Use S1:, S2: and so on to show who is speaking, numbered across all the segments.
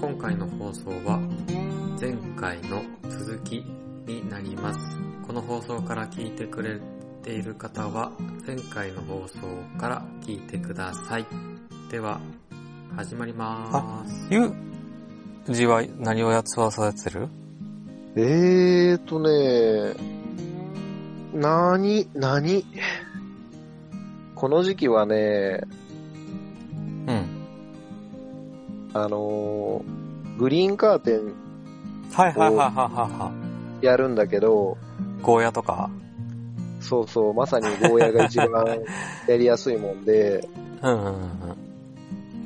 S1: 今回の放送は前回の続きになりますこの放送から聞いてくれている方は前回の放送から聞いてくださいでは始まります
S2: ゆうじは何をやつはさせてる
S3: えーとね、なに、なに。この時期はね、
S2: うん。
S3: あのーグリーンカーテン
S2: はいはいはいはいはいは
S3: やるんだけど、
S2: い。ゴーヤとか
S3: そうそう、まさにゴーヤが一番やりやすいもんで、
S2: うんうん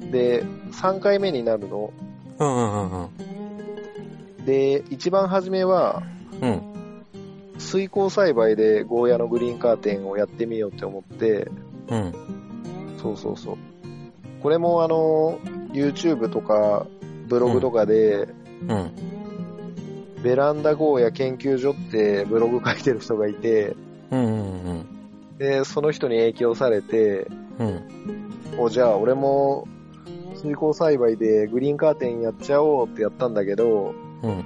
S2: うん。
S3: で、3回目になるの。
S2: うんうんうん
S3: で、一番初めは、
S2: うん。うん。
S3: 水耕栽培でゴーヤのグリーンカーテンをやってみようって思って、
S2: うん。
S3: そうそうそう。これもあのー YouTube とか、ブログとかで、
S2: うん。
S3: ベランダゴーヤ研究所ってブログ書いてる人がいて、
S2: うんうんうん。
S3: で、その人に影響されて、
S2: うん。
S3: お、じゃあ俺も水耕栽培でグリーンカーテンやっちゃおうってやったんだけど、
S2: うん。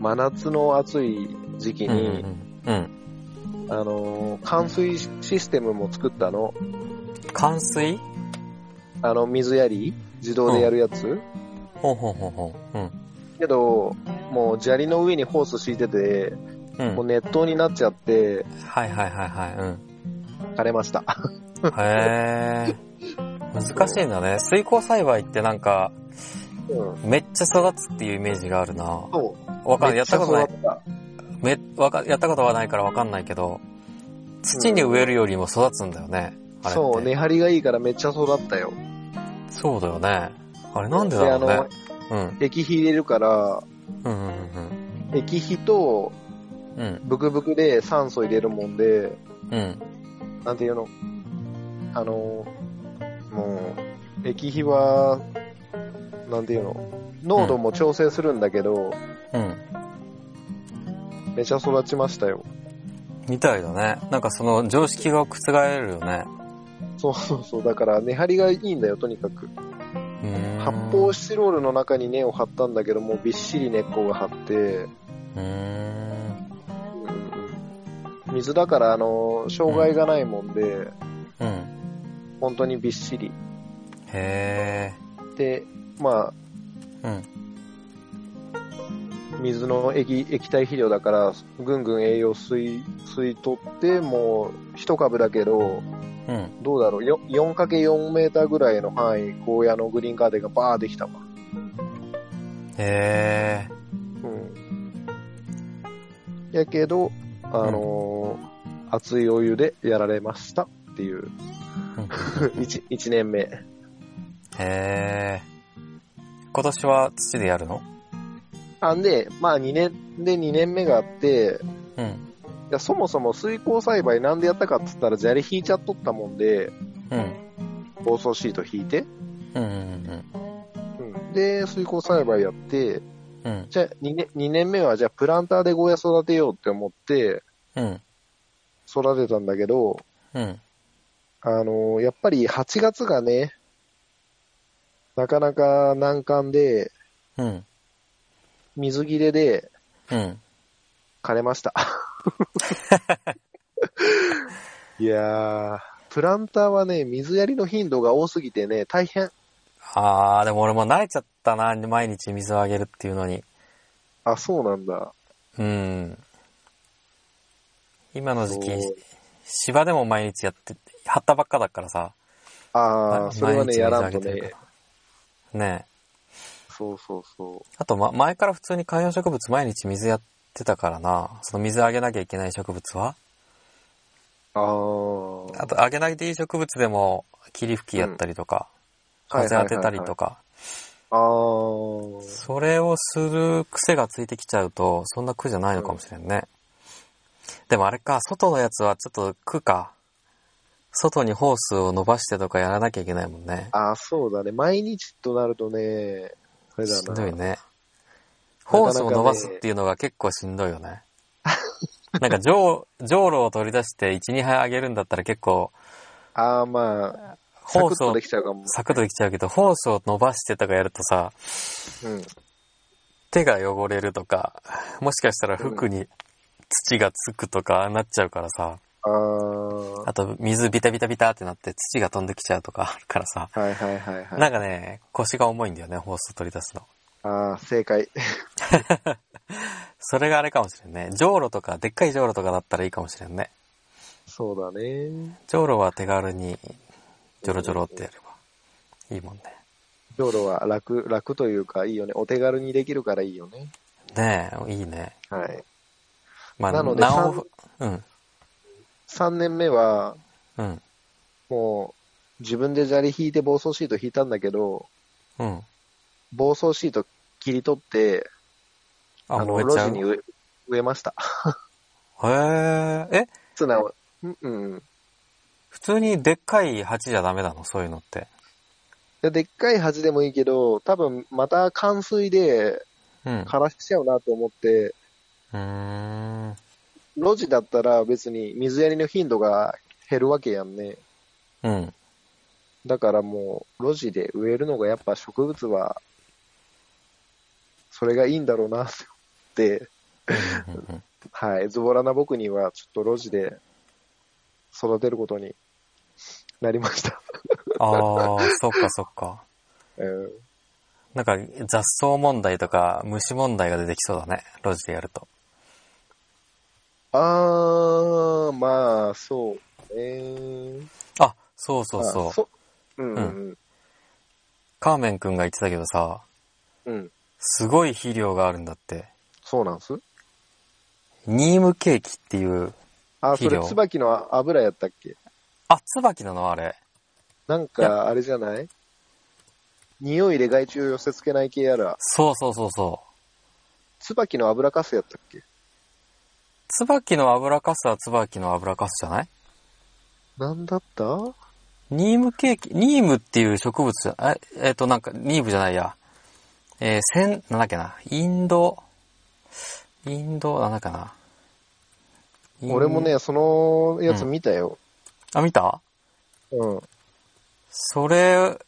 S3: 真夏の暑い時期
S2: うん。うん
S3: に、
S2: うん。うん。
S3: あのー、冠水システムも作ったの。
S2: 冠水
S3: あの、水やり自動でやるやつ、
S2: ほうほうほうほう。うん。
S3: けど、もう砂利の上にホース敷いてて、
S2: うん
S3: もう。熱湯になっちゃって、
S2: はいはいはいはい。うん。
S3: 枯れました。
S2: へえ。難しいんだね。水耕栽培ってなんか、
S3: うん。
S2: めっちゃ育つっていうイメージがあるな。
S3: そ
S2: わ
S3: う。
S2: かんない。やったことな
S3: め
S2: いめ、
S3: ちゃ。育った
S2: わか、やったことはないからわかんないけど、土に植えるよりも育つんだよね。あれって
S3: そう、根。張りがいいからめっちゃ育ったよ。
S2: そうだよね。あれなんでだろうね。うん。
S3: 液肥入れるから、
S2: うんうん
S3: 液肥と
S2: うんうん。
S3: ブクブクで酸素入れるもんで、
S2: うん。うん。
S3: なんていうのあの、もう、液肥は、なんていうの濃度も調整するんだけど、
S2: うん。
S3: めちゃ育ちましたよ。
S2: みたいだね。なんかその常識が覆るよね。
S3: そうそうそう。だから、根張りがいいんだよ、とにかく。
S2: うーん
S3: 発泡スチロールの中に根を張ったんだけど、もうびっしり根っこが張って、
S2: うーん。
S3: うん水だから、あの、障害がないもんで、
S2: うん。
S3: 本当にびっしり。
S2: へ
S3: で、まあ、
S2: え。うん。
S3: 水の液液体肥料だから、ぐんぐん栄養吸い吸い取って、もう一株だけど、
S2: うん。
S3: どうだろう、よ 4×4 メーターぐらいの範囲、ゴーヤのグリーンカーテンがバーできたわ。
S2: へえ。
S3: うん。やけど、あのー熱いお湯でやられましたっていう、1, 一年目。
S2: へえ。今年は土でやるの
S3: あんで、まあ2年、で2年目があって、
S2: うん。
S3: いやそもそも水耕栽培なんでやったかっつったら砂利引いちゃっとったもんで、
S2: うん。
S3: 防草シート引いて、
S2: うんうん
S3: で、水耕栽培やって、
S2: うん。うん。
S3: じゃあ 2, 年2年目はじゃあプランターでゴーヤ育てようって思って
S2: うん。
S3: 育てたんだけど、
S2: うん。
S3: あのーやっぱり8月がね、なかなか難関で、
S2: うん。
S3: 水切れで
S2: うん。
S3: 枯れました。 いやー、プランターはね、水やりの頻度が多すぎてね、大変。
S2: あー、でも俺も慣れちゃったな、毎日水をあげるっていうのに。
S3: あ、そうなんだ。
S2: うん。今の時期
S3: そう、
S2: 芝でも毎日やって、張ったばっかだからさ。
S3: あー、それは
S2: 毎
S3: ね、
S2: 日
S3: や
S2: 水
S3: ら
S2: あ
S3: ん
S2: げ
S3: と
S2: てる
S3: ね
S2: か。ら。ねえ。
S3: そうそうそう。
S2: あと、ま、前から普通に観葉植物毎日水やってたからな。その水あげなきゃいけない植物は。
S3: あ
S2: あ
S3: ー。
S2: と、あげなくていい植物でも、霧吹きやったりとか、風当てたり
S3: か
S2: とか。
S3: あー。
S2: それをする癖がついてきちゃうと、そんな苦じゃないのかもしれんね。でもあれか、外のやつはちょっと苦か。外にホースを伸ばしてとかやらなきゃいけないもんね。
S3: あー、そうだね。毎日となるとね、あれだ
S2: しんどい
S3: な。
S2: ね。ホースを伸ばすっていうのが結構しんどいよね。なんか、じょう、じょうろを取り出して1、2杯あげるんだったら結構、
S3: ああ、まあ、サ
S2: ホー
S3: クッ
S2: スを
S3: とできちゃうかも。
S2: サクッとできちゃうけど、ホースを伸ばしてとかやるとさ、
S3: うん。
S2: 手が汚れるとか、もしかしたら服に土がつくとかなっちゃうからさ、
S3: ああ、
S2: あと水ビタビタビタってなって土が飛んできちゃうとかあるからさ、
S3: はいはいはいはい。
S2: なんかね、腰が重いんだよね、ホースを取り出すの。
S3: ああ、正解。
S2: それがあれかもしれんね。じょうろとか、でっかいじょうろとかだったらいいかもしれんね。
S3: そうだね。
S2: じょうろは手軽に、ジョロジョロってやればいいもんね。
S3: 道路は楽、楽というか、いいよね。お手軽にできるからいいよね。
S2: ねえ、いいね。
S3: はい。
S2: まあ、
S3: なので
S2: なお、うん、
S3: 3年目は、
S2: うん、
S3: もう、自分で砂利引いて暴走シート引いたんだけど、
S2: うん。
S3: 暴走シート切り取って、
S2: あ、
S3: の、
S2: 燃えちゃう
S3: 路地に植え、植えました。
S2: へえ、え、
S3: ツナを。うん、うん。
S2: 普通にでっかい鉢じゃダメなのそういうのって。
S3: ででっかい鉢でもいいけど、多分また冠水で
S2: うん。う
S3: 枯らしちゃうなと思って、
S2: ーん。
S3: 路地だったら別に水やりの頻度が減るわけやんね。
S2: うん。
S3: だからもう、路地で植えるのがやっぱ植物は、それがいいんだろうなって思って、
S2: うん
S3: はい、ズボラな僕にはちょっと路地で育てることになりました。
S2: ああ、そっかそっか。
S3: うん、
S2: なんか雑草問題とか虫問題が出てきそうだね。路地でやると。
S3: あー、まあ、そうね。
S2: あ、そうそう
S3: まあ
S2: そう。
S3: そうん、うん、
S2: カーメンくんが言ってたけどさ、
S3: うん。
S2: すごい肥料があるんだって。
S3: そうなんす
S2: ニームケーキっていう、
S3: あ、
S2: 肥
S3: それ
S2: 料、
S3: 椿の油やったっけ
S2: あ、椿なのあれ。
S3: なん
S2: い
S3: か、あれじゃない匂いで害虫を寄せ付けない系やら、
S2: そうそうそうそう。
S3: 椿の油かすやったっけ
S2: 椿の油かすは椿の油かすじゃない
S3: なんだった
S2: ニームケーキ、ニームっていう植物じゃ、え、えっ、となんか、ニームじゃないや。えー、せん、なんだっけな。インド、インド、なんだっけな。イン
S3: 俺も。ね、そのやつ見たよ。
S2: あ、見た
S3: うん。
S2: それ、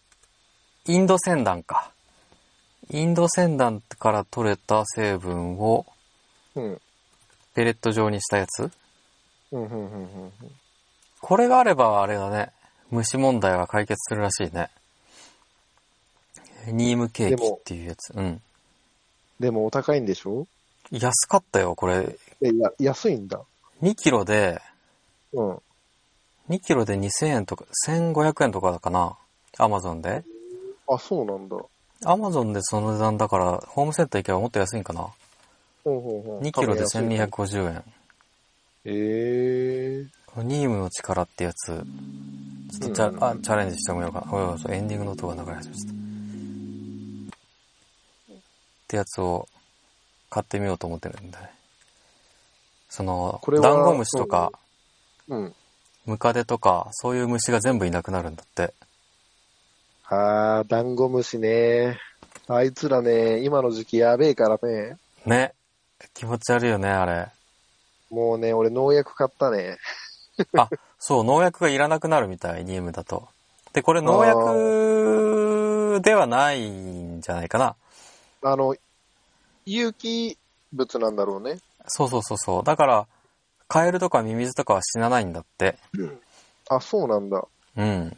S2: インドセダンか。インドセダンから取れた成分を
S3: うん。
S2: ペレット状にしたやつ
S3: うん、うん、うん、うん。
S2: これがあればあれだね。虫問題は解決するらしいね。ニームケーキっていうやつ。うん。
S3: でもお高いんでしょ
S2: 安かったよ、これ。
S3: え、いや、安いんだ。
S2: 2キロで、
S3: うん。
S2: 2キロで2000円とか、1500円とかかな。アマゾンで。
S3: あ、そうなんだ。
S2: アマゾンでその値段だから、ホームセンター行けばもっと安いんかな。
S3: ほうほうほう
S2: 2キロで。
S3: 多分安い
S2: 1250円。
S3: ええ
S2: このニームの力ってやつ、ちょっとチ
S3: う
S2: ャ,、
S3: ん
S2: あチャレンジしてみようかな。おいおいそうエンディングの音が流れ始めちゃった。ってやつを買ってみようと思ってるんだね。その
S3: これ、は
S2: ダンゴムシとか、
S3: うん。
S2: ムカデとか、そういう虫が全部いなくなるんだって。
S3: あー、ダンゴムシね。あいつらね、今の時期やべえからね。
S2: ね。気持ち悪いよね、あれ。
S3: もうね、俺農薬買ったね。
S2: あ、そう、農薬がいらなくなるみたい、ニームだと。で、これ農薬ではないんじゃないかな。
S3: あの、有機物なんだろうね。
S2: そうそうそうそう。だから、カエルとかミミズとかは死なないんだって。
S3: あ、そうなんだ。
S2: うん。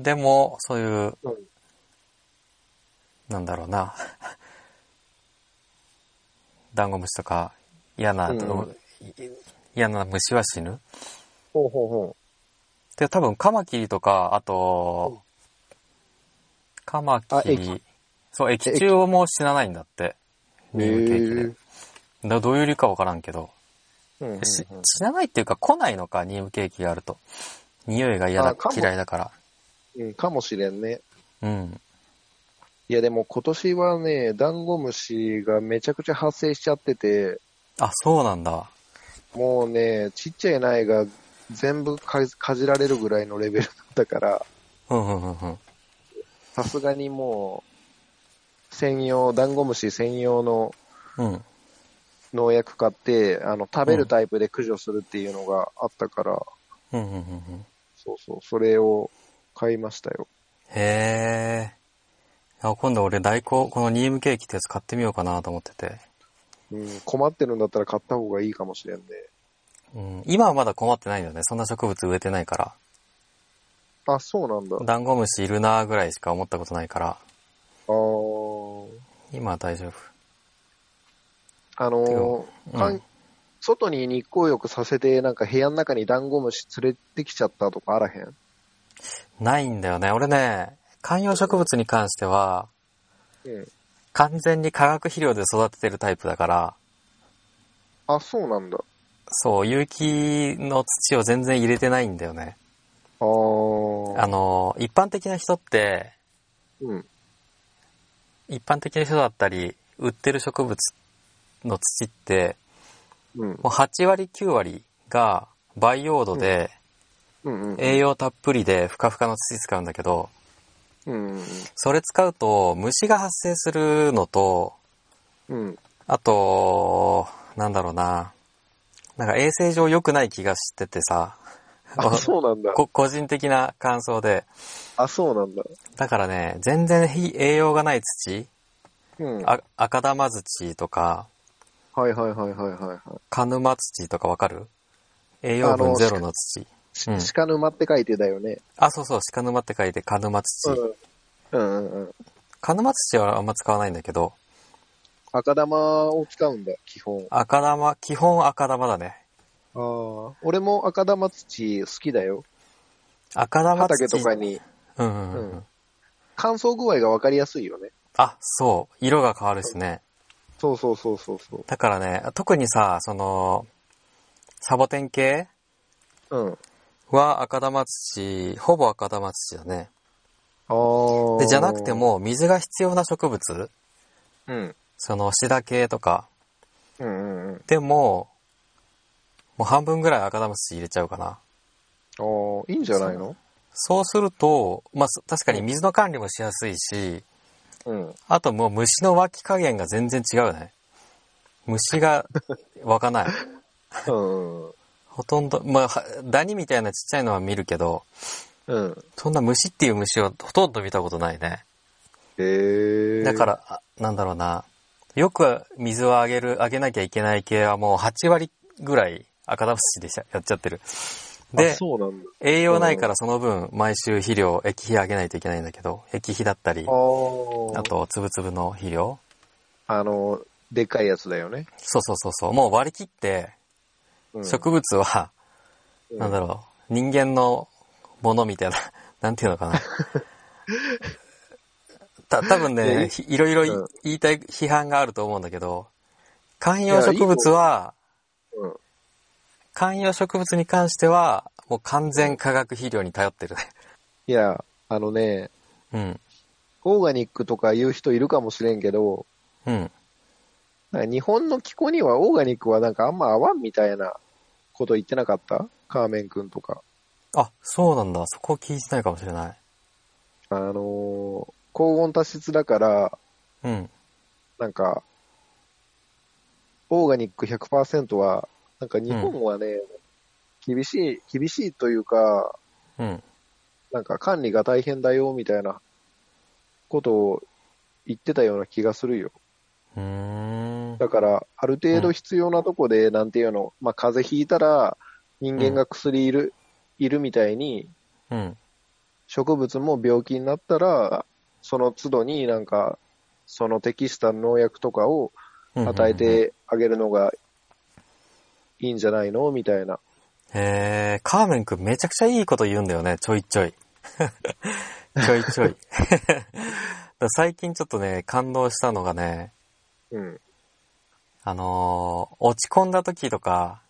S2: でも、そういう、
S3: うん
S2: なんだろうな。 ダンゴムシとか、嫌な、
S3: うん
S2: 嫌な虫は死ぬ。
S3: ほうほうほ
S2: で、多分カマキリとか、あと、カマ
S3: あ
S2: キリ
S3: 液、
S2: そう、液中も死なないんだって。
S3: う。
S2: ニームケーキで。
S3: え
S2: だからどういう理由かわからんけど、
S3: うんうんうん
S2: し死なないっていうか来ないのか、ニームケーキがあると。匂いが嫌だ
S3: あか、も
S2: 嫌いだから。
S3: うん、かもしれんね。
S2: うん。
S3: いやでも今年はね、ダンゴムシがめちゃくちゃ発生しちゃってて、
S2: あ、そうなんだ。
S3: もうね、ちっちゃい苗が全部かかじられるぐらいのレベルだったから、
S2: うんうんうんうん。
S3: さすがにもう、専用、ダンゴムシ専用の
S2: うん。
S3: 農薬買って、あの、食べるタイプで駆除するっていうのがあったから、
S2: うんうんうんうん。
S3: そうそう、それを買いましたよ。
S2: へえ。いや今度俺大根、このニームケーキってやつ買ってみようかなと思ってて。
S3: うん、困ってるんだったら買った方がいいかもしれんね。
S2: うん、今はまだ困ってないんだよね。そんな植物植えてないから。
S3: あ、そうなんだ。あ
S2: ダンゴムシいるなーぐらいしか思ったことないから。
S3: ー
S2: 今は大丈夫。
S3: あのー
S2: てか
S3: か
S2: うんん、
S3: 外に日光浴させて、なんか部屋の中にダンゴムシ連れてきちゃったとかあらへん
S2: ないんだよね。俺ね、観葉植物に関しては、
S3: うん。
S2: 完全に化学肥料で育ててるタイプだから、
S3: あ、そうなんだ。
S2: そう、有機の土を全然入れてないんだよね。
S3: あー
S2: あの、一般的な人って、
S3: うん。
S2: 一般的な人だったり、売ってる植物の土って、
S3: うん。
S2: もう8割9割が培養土で、
S3: うんうん。
S2: 栄養たっぷりでふかふかの土使うんだけど、
S3: うんうん
S2: それ使うと虫が発生するのと、
S3: うん。うん。
S2: あと、なんだろうな。なんか衛生上良くない気がしててさ、
S3: あ、そうなんだ。
S2: こ個人的な感想で。
S3: あ、そうなんだ。
S2: だからね、全然非栄養がない土、
S3: うん。はい
S2: あ赤玉土とか、
S3: はいはいはいはい。
S2: 鹿沼土とかわかる栄養分ゼロの土。
S3: し
S2: うん
S3: 鹿沼って書いてだよね。
S2: あそうそう、鹿沼って書いて鹿沼土。
S3: うん。うんうんうん。
S2: 鹿沼土はあんま使わないんだけど、
S3: 赤玉を使うんだ、基本。
S2: 赤玉、基本赤玉だね。
S3: ああ。俺も赤玉土好きだよ。
S2: 赤玉土。
S3: 畑とかに。
S2: うんうんうん。
S3: うん乾燥具合が分かりやすいよね。
S2: あ、そう。色が変わるしね。
S3: そうそうそうそうそ
S2: だからね、特にさ、その、サボテン系
S3: う。うん。
S2: は赤玉土、ほぼ赤玉土だね。
S3: ああ。
S2: で、じゃなくて。も、水が必要な植物
S3: うん。
S2: その、シダ系とか。
S3: うんうんうん。
S2: でも、もう半分ぐらい赤玉土入れちゃうかな。
S3: ああ、いいんじゃないの
S2: そうすると、まあ、す確かに水の管理もしやすいし、
S3: うん。
S2: あともう虫の湧き加減が全然違うよね。虫が湧かない。
S3: うんうん。
S2: ほとんど、まあは、ダニみたいなちっちゃいのは見るけど、
S3: うん。
S2: そんな虫っていう虫はほとんど見たことないね。
S3: へえ。
S2: だか。ら、あなんだろうな。よく水をあげる、あげなきゃいけない系はもう8割ぐらい赤玉土でしゃやっちゃってる。
S3: あ、
S2: で、
S3: そうなんだ。
S2: 栄養ないからその分毎週肥料、液肥あげないといけないんだけど、液肥だったり
S3: あ、あ。
S2: あと粒々の肥料。
S3: あの、でっかいやつだよね。
S2: そうそうそうそう。もう割り切って、
S3: うん
S2: 植物は、なんだろう、人間のものみたいな、 なんていうのかな。た、多分
S3: いや
S2: ね
S3: い、
S2: ひいろいろい
S3: うん
S2: 言いたい批判があると思うんだけど、観葉植物は、
S3: うん。
S2: 観葉植物に関しては、もう完全化学肥料に頼ってる ね。
S3: いや、あのね、
S2: うん。
S3: オーガニックとか言う人いるかもしれんけど、
S2: うん。
S3: なんか日本の気候にはオーガニックはなんかあんま合わんみたいなこと言ってなかったカーメン君とか。
S2: あ、そうなんだ。そこ聞いてないかもしれない。
S3: あのー高温多湿だから、
S2: うん。
S3: なんか、オーガニック100%は、なんか日本はね、厳しい、厳しいというか、
S2: うん。
S3: なんか管理が大変だよみたいなことを言ってたような気がするよ。
S2: うーん。
S3: だから、ある程度必要なとこで、なんていうの、まあ、風邪ひいたら、人間が薬いる、いるみたいに、
S2: うん。
S3: 植物も病気になったら、その都度になんか、その適した農薬とかを
S2: うん
S3: 与え。てあげるのがいいんじゃないのみたいな。
S2: えー、カーメンくんめちゃくちゃいいこと言うんだよね、ちょいちょ い。ちょいちょい。だから最近ちょっとね、感動したのがね、
S3: うん。
S2: あのー落ち込んだ時とか、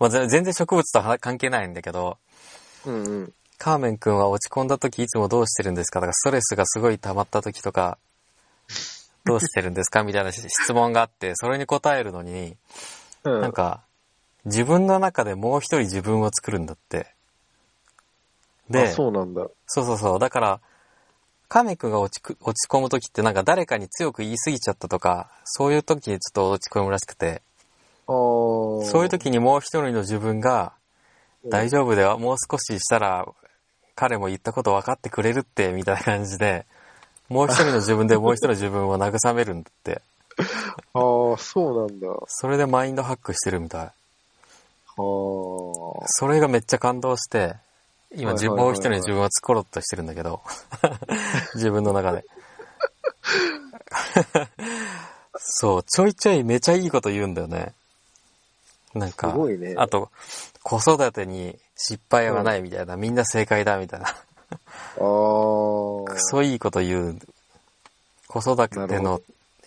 S2: まあ、ぜ全然植物とは関係ないんだけど、
S3: うんうん。
S2: カーメンくんは落ち込んだ時いつもどうしてるんですかとか、ストレスがすごい溜まった時とか、どうしてるんですかみたいなし質問があって、それに答えるのに、
S3: うん、
S2: なんか、自分の中でもう一人自分を作るんだって。
S3: あ
S2: で、
S3: そうなんだ。
S2: そうそうそう。だから、カメクが落ちく落ち込む時ってなんか誰かに強く言い過ぎちゃったとか、そういう時にちょっと落ち込むらしくて、
S3: そ
S2: そういう時にもう一人の自分が、大丈夫だよ、もう少ししたら、彼も言ったこと分かってくれるって、みたいな感じで、もう一人の自分 でもう一人の自分を慰めるんだって。
S3: 夫。ああ、そうなんだ。あ
S2: それでマインドハックしてるみたい。
S3: あ。
S2: それがめっちゃ感動して、今
S3: はいはいはいはい
S2: 自分もう一人の自分は作ろうとしてるんだけ ど、自分の中で。そう、ちょいちょいめちゃいいこと言うんだよね。なんか、
S3: すごいね
S2: あと、子育てに失敗はないみたいな、みんな正解だみたいな、
S3: ああ。
S2: クソいいこと言う。子育ての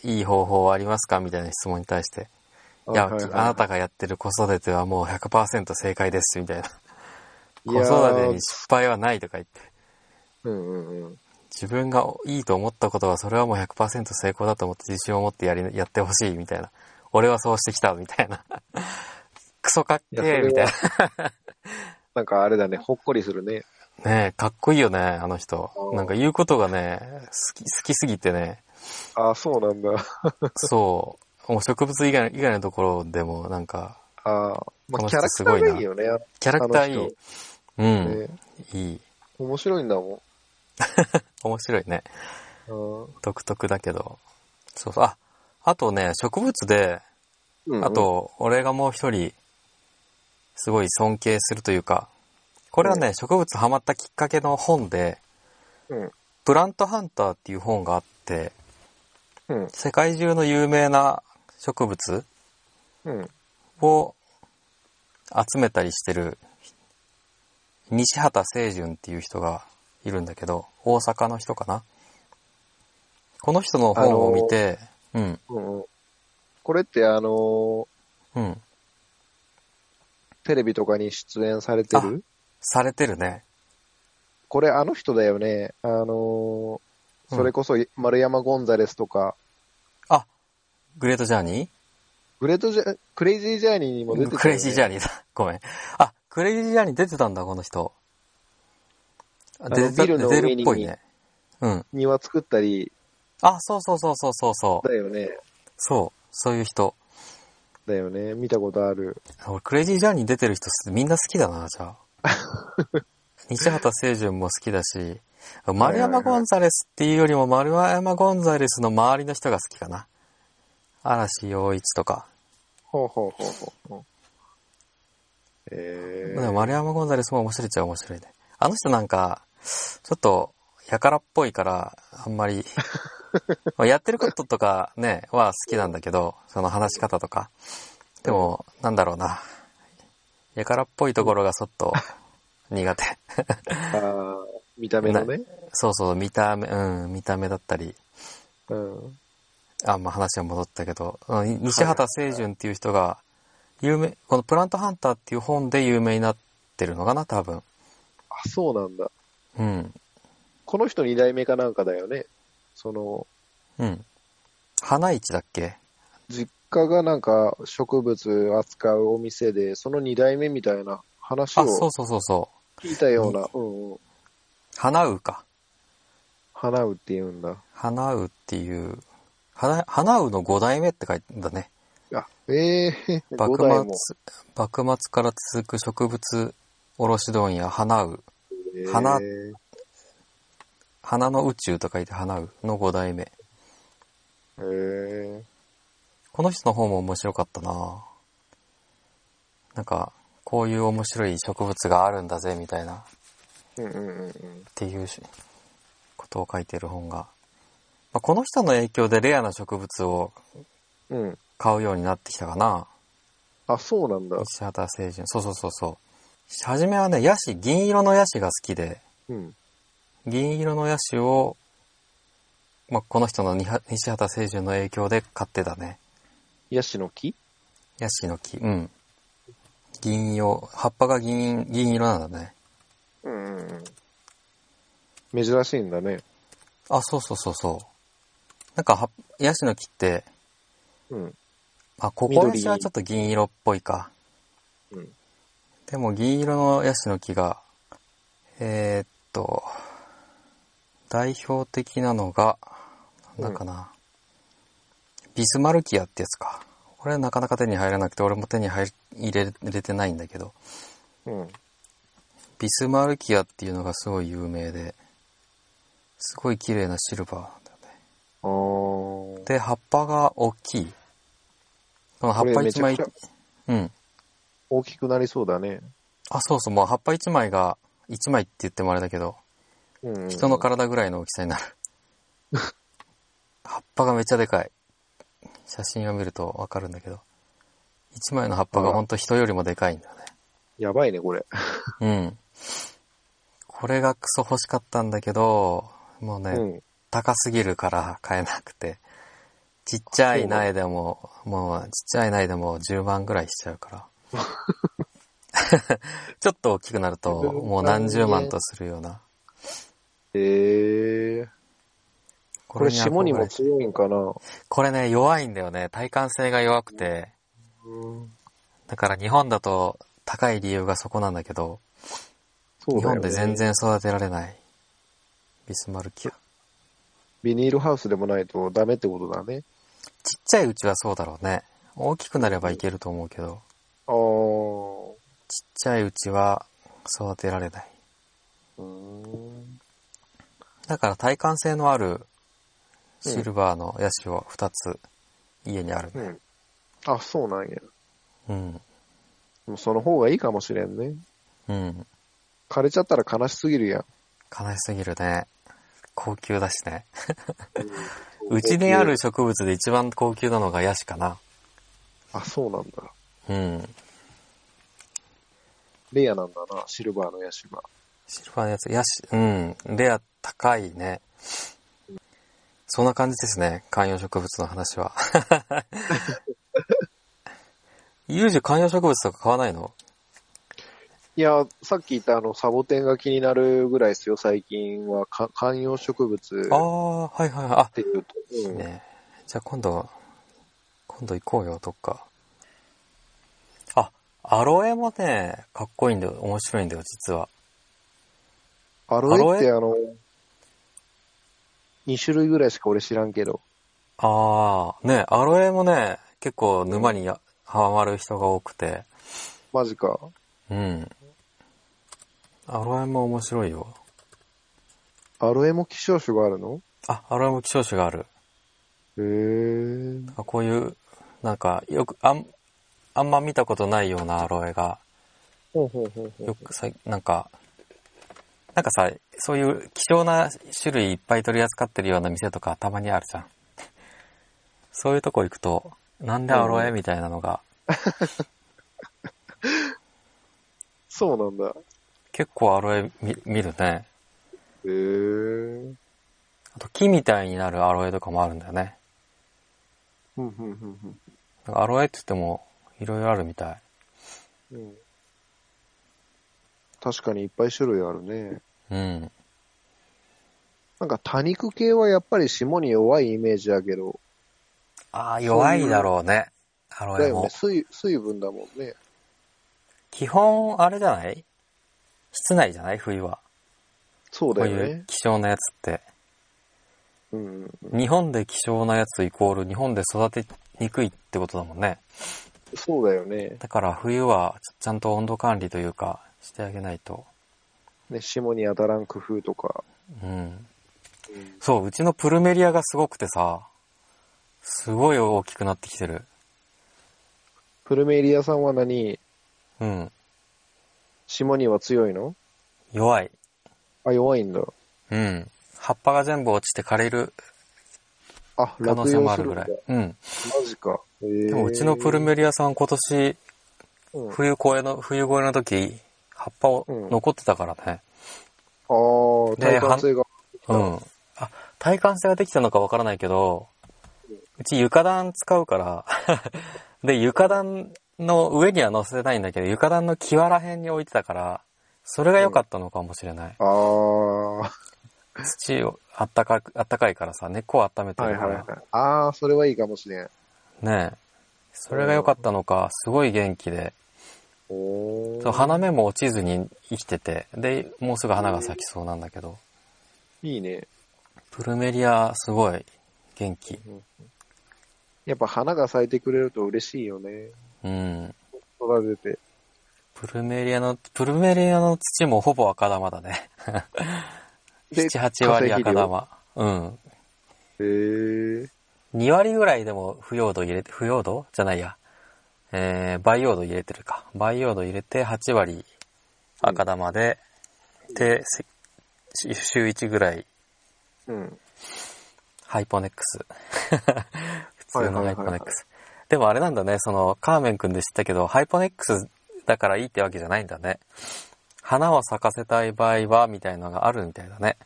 S2: いい方法はありますかみたいな質問に対して。いや、
S3: はいはいはい
S2: あなたがやってる子育てはもう100%正解です、みたいな。
S3: い
S2: 子
S3: やー
S2: 育てに失敗はないとか言って。
S3: うんうんうん。
S2: 自分がいいと思ったことはそれはもう100%成功だと思って自信を持ってやり、やってほしいみたいな。俺はそうしてきたみたいな。 クソかっけ
S3: いやそれ
S2: え
S3: は
S2: みたい
S3: なんかあれだね、ほっこりするね。
S2: な。ねえ、かっこいいよね、あの人
S3: う。ん
S2: なんか言うことがね、好き、好きすぎてね、
S3: ああ、そうなんだ。
S2: そう、もう植物以外以外のところでもなんか、
S3: ああ。ま
S2: この人
S3: あ、キャラクターがいいよね。
S2: キャラクターい
S3: あの
S2: い
S3: 人。
S2: うん、
S3: ね
S2: いい。
S3: 面白いんだもん。
S2: 面白いね。
S3: あ
S2: 独特だけど。そうそう。あ、あとね、植物で、
S3: ー
S2: あ、と、俺がもう一人、すごい尊敬するというか、これはね、植物ハマったきっかけの本で、
S3: うんうん。
S2: プラントハンターっていう本があって、
S3: うん。
S2: 世界中の有名な植物
S3: うん。
S2: を集めたりしてる、西畑清純っていう人がいるんだけど、大阪の人かな。この人の本を見て、うん、
S3: うんうん。これってあのー
S2: うん、
S3: テレビとかに出演されてる
S2: されてるね。
S3: これあの人だよね。あのーそれこそ丸山ゴンザレスとか、
S2: あ、グレートジャーニー
S3: グレートジャ、クレイジージャーニーにも出てた、ね。
S2: クレイジージャ
S3: ー
S2: ーニーだ。 ごめん。あ、クレイジージャーニー出てたんだ、この人。あ
S3: の
S2: 出てた
S3: ビルの上
S2: 出てる
S3: に
S2: っぽいね。うん。
S3: ニー。庭作ったり、
S2: あ、そうそうそうそうそうそう。
S3: だよね。
S2: そう。そういう人。
S3: だよね。見たことある。
S2: 俺、クレイジージャーニー出てる人すみんな好きだな、じゃあ。 西畑清純も好きだし、丸山ゴンザレスっていうよりも丸山ゴンザレスの周りの人が好きかな。嵐陽一とか。
S3: ほうほうほうほうほう。え
S2: でも
S3: ー。
S2: 丸山ゴンザレスも面白いっちゃ面白いね。あの人なんか、ちょっと、やからっぽいから、あんまり、まあやってることとかね、は好きなんだけど、その話し方とか。でも、なんだろうな。やからっぽいところがちょっと苦手。
S3: あー見た目のね。
S2: そうそう、見た目、うん、見た目だったり。
S3: うん。
S2: あ、まあ話は戻ったけど、うん西畑清純っていう人が、有名、このプラントハンターっていう本で有名になってるのかな、多分。
S3: あ、そうなんだ。
S2: うん。
S3: この人二代目かなんかだよね。その、
S2: うん。花市だっけ
S3: 実家がなんか植物扱うお店で、その二代目みたいな話
S2: あ、そう
S3: を
S2: そうそうそう。
S3: 聞いたような、うんうん。
S2: 花うか。
S3: 花うって言うんだ。
S2: 花うっていう、花、花うの五代目って書いてんだね。
S3: あ、え えー、
S2: 幕
S3: 五代も。
S2: 末、幕末から続く植物卸問屋花う。花
S3: えー
S2: 花の宇宙と書いて花うの五代目。
S3: えー
S2: この人の方も面白かったななんか、こういう面白い植物があるんだぜ、みたいな、っ
S3: うんうんうんうん。
S2: ていうしことを書いてる本が。まあ、この人の影響でレアな植物を
S3: うん。
S2: 買うようになってきたかな。
S3: あ、そうなんだ。
S2: 西畑清純。そうそうそうそう。初めはね、ヤシ、銀色のヤシが好きで、
S3: うん。
S2: 銀色のヤシを、まあ、この人のには西畑清純の影響で買ってたね。
S3: ヤシの木
S2: ヤシの木。うん。銀色、葉っぱが銀、銀色なんだね。
S3: うんうんうん。珍しいんだね。
S2: あ、そうそうそうそう。なんかは、ヤシの木って、
S3: うん。
S2: あ、ここヤシはちょっと銀色っぽいか。
S3: うん。
S2: でも銀色のヤシの木が、えーっと、代表的なのが、なんだかな、ビスマルキアってやつか。これはなかなか手に入らなくて、俺も手に入入れ入れてないんだけど、
S3: うん。
S2: ビスマルキアっていうのがすごい有名で、すごい綺麗なシルバーなんだよね。
S3: あー。
S2: で、葉っぱが大きい。この葉っ
S3: こ
S2: ぱ
S3: れめ
S2: 一
S3: ちゃ
S2: 枚
S3: くちゃ、
S2: うん。
S3: 大きくなりそうだね。
S2: あ、そうそう、もう葉っぱ一枚が、一枚って言ってもあれだけど、
S3: うん。
S2: 人の体ぐらいの大きさになる。葉っぱがめっちゃでかい。写真を見るとわかるんだけど。一枚の葉っぱがほんと人よりもでかいんだよね。
S3: やばいね、これ。
S2: うん。これがクソ欲しかったんだけど、もうね、
S3: うん。
S2: 高すぎるから買えなくて。ちっちゃい苗でも、もうちっちゃい苗でも10万ぐらいしちゃうから。 ちょっと大きくなると、もう何十万とするような。
S3: ええー。
S2: こ
S3: これ霜にも
S2: 憧れて
S3: 強いんかな。
S2: これね、弱いんだよね。耐寒性が弱くて。
S3: うん。
S2: だから日本だと高い理由がそこなんだけど、
S3: そう
S2: 日
S3: だよ
S2: 本
S3: ね
S2: で全。然育てられない。ビスマルキア。ちっ
S3: ビニールハウスでもないとダメってことだね。
S2: ちゃいうちはそうだろうね。大きくなればいけると思うけど、
S3: あー。
S2: ちっちゃいうちは育てられない。
S3: うん。
S2: だから耐寒性のあるシルバーのヤシを2つ家にある
S3: う
S2: ね。
S3: ん。あ、そうなんや。で
S2: うん。
S3: もその方がいいかもしれんね。
S2: うん。
S3: 枯れちゃったら悲しすぎるやん。
S2: 悲しすぎるね。高級だしね。うちにある植物で一番高級なのがヤシかな。
S3: あ、そうなんだ。
S2: うん。
S3: レアなんだな、シルバーのヤシが。
S2: シルバーのやつ、ヤシ、うん。レア高いね。そんな感じですね。観葉植物の話は。ユージ観葉植物とか買わないの
S3: いや、さっき言ったあの、サボテンが気になるぐらいですよ、最近は。か観葉植物
S2: あ
S3: っ
S2: あ、はいはいはい。あ、
S3: ていうと。うん
S2: ねじゃあ今度、今度行こうよ、どっか。あ、アロエもね、かっこいいんだよ、面白いんだよ、実は。
S3: アロエって
S2: ア
S3: あの、2種類ぐらいしか俺知らんけど。
S2: ああ、ね、アロエもね、結構沼にやハマる人が多くて、
S3: マジか。
S2: うん。アロエも面白いよ。
S3: アロエも希少種があるの
S2: あ、アロエも希少種がある。
S3: へえ。
S2: あこういう、なんか、よく、あん、あんま見たことないようなアロエが、
S3: ほうほうほうほ
S2: よくさ、なんか、なんかさ、そういう希少な種類いっぱい取り扱ってるような店とかたまにあるじゃん。 そういうとこ行くと、なんでアロエみたいなのが、
S3: そうなんだ。
S2: 結構アロエ見見るね。
S3: へえ。
S2: あと木みたいになるアロエとかもあるんだよね。
S3: ふんふんふんふん
S2: なんかアロエって言っても、いろいろあるみたい。
S3: うん。確かにいっぱい種類あるね。
S2: うん。
S3: なんか多肉系はやっぱり霜に弱いイメージだけど、
S2: ああ、弱いだろうね。アロ
S3: だ
S2: エ
S3: よね
S2: も。
S3: 水、水分だもんね。
S2: 基本、あれじゃない室内じゃない冬は。
S3: そう
S2: こ
S3: だ
S2: う
S3: よ
S2: いう
S3: ね。
S2: 希少なやつって。
S3: うんうん。
S2: 日本で希少なやつイコール日本で育てにくいってことだもんね。
S3: そうだよね。
S2: だから冬はちちゃんと温度管理というかしてあげないと。
S3: ね、霜に当たらん工夫とか。
S2: うん。
S3: うん
S2: そう、うちのプルメリアがすごくてさ、すごい大きくなってきてる。
S3: プルメリアさんは何
S2: うん。
S3: 霜には強いの
S2: 弱い。
S3: あ、弱いんだ。
S2: うん。葉っぱが全部落ちて枯れる
S3: あ、
S2: 可能
S3: 落
S2: 性も
S3: 葉
S2: あ
S3: す
S2: る
S3: るん
S2: ぐ
S3: だ
S2: らい。。うん。
S3: マジか。で
S2: でもうちのプルメリアさん今年
S3: うん、あ
S2: 冬越えの、冬越えの時、葉っぱを
S3: うん
S2: 残ってたからね。
S3: あー、
S2: で
S3: 耐寒性が。
S2: うん。あ、体感性ができたのかわからないけど、うち床暖使うから、 で、床暖の上には乗せてないんだけど、床暖の際ら辺に置いてたから、それが良かったのかもしれない。
S3: ああ、は
S2: 土を、あったかく、あったかいからさ、根っこを温め
S3: い
S2: て
S3: はい
S2: るから。
S3: はい。ああ、それはいいかもしれん。
S2: ねえ。それが良かったのか、すごい元気で、
S3: お
S2: そう
S3: ー。
S2: 花芽も落ちずに生きてて、で、もうすぐ花が咲きそうなんだけど、
S3: いいね。
S2: プルメリア、すごい、元気。
S3: やっぱ花が咲いてくれると嬉しいよね。
S2: うん。
S3: 育てて。
S2: プルメリアの、プルメリアの土もほぼ赤玉だね。
S3: で
S2: 7、8割
S3: 化石
S2: 赤
S3: 量
S2: 玉。うん。
S3: へえ。
S2: 2割ぐらいでも腐葉土入れて、腐葉土じゃないや。えー、培養土入れてるか。培養土入れて8割赤玉で、で、せし週1ぐらい
S3: うん。
S2: ハイポネックス。 普通のハイポネックス。
S3: は
S2: でもあれなんだね、その、カーメン君で知ったけど、ハイポネックスだからいいってわけじゃないんだね。花を咲かせたい場合は、みたいのがあるみたいだね。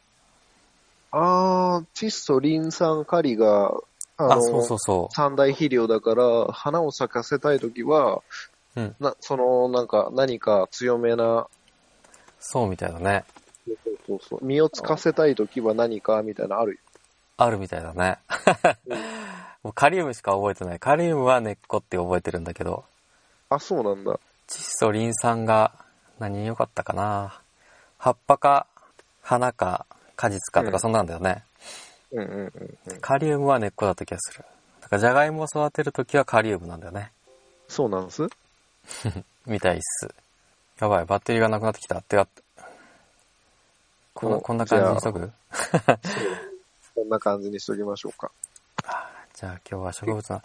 S3: あー、窒素、リン酸、カリが、あの
S2: あ、そうそうそ
S3: 三大肥料だから、花を咲かせたいときは、
S2: うん
S3: な、その、なんか、何か強めな、
S2: う。そうみたいだね。
S3: そうそうそう実をつかせたいときは何か、みたいなのあるよ。
S2: あるみたいだね。もうカリウムしか覚えてない。カリウムは根っこって覚えてるんだけど、
S3: あ、そうなんだ。
S2: 窒素、リン酸が何良かったかな。葉っぱか、花か、果実かと
S3: う
S2: か
S3: ん
S2: そんなんだよね。
S3: うんうんうんうん。
S2: カリウムは根っこだった気がする。だから、ジャガイモを育てるときはカリウムなんだよね。
S3: そうなんす
S2: みたいっす。やばい、バッテリーがなくなってきた。ってかこん
S3: お
S2: こんな感じにしとく
S3: こんな感じにしときましょうか。
S2: じゃあ今日は植物の、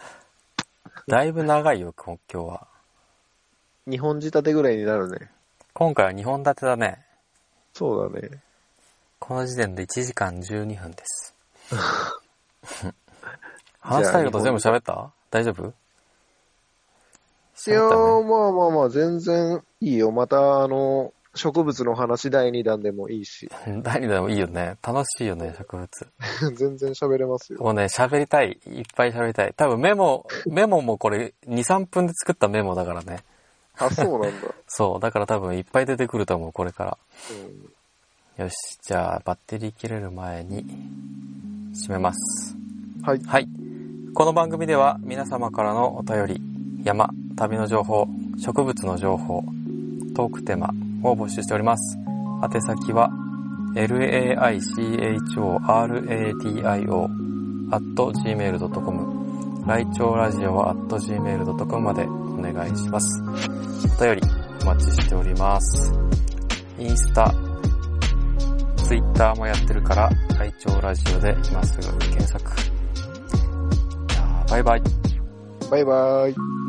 S2: だいぶ長いよ、こ今日は。
S3: 日本仕立てぐらいになるね。
S2: 今回は2本立てだね。
S3: そうだね。
S2: この時点で1時間12分です。話したいこと全部喋った大丈夫
S3: い
S2: 喋
S3: や
S2: った
S3: ー、
S2: よね
S3: まあまあまあ、全然いいよ。また、あの、植物の話第2弾でもいいし、
S2: 第二弾もいいよね。楽しいよね、植物。
S3: 全然喋れますよ。
S2: もうね、喋りたい。いっぱい喋りたい。多分メモ、メモもこれ2、3分で作ったメモだからね。
S3: あ、そうなんだ。
S2: そう。だから多分いっぱい出てくると思う、これから。
S3: うん
S2: よし。じゃあ、バッテリー切れる前に、締めます。
S3: はい。
S2: はい。この番組では皆様からのお便り、山、旅の情報、植物の情報、トークテーマを募集しております。宛先は、laichoradio gmail.com 来庁ラジオは gmail.com までお願いします。お便りお待ちしております。インスタ、ツイッターもやってるから、来庁ラジオで今すぐ検索。じゃあバイバイ。
S3: バイバーイ。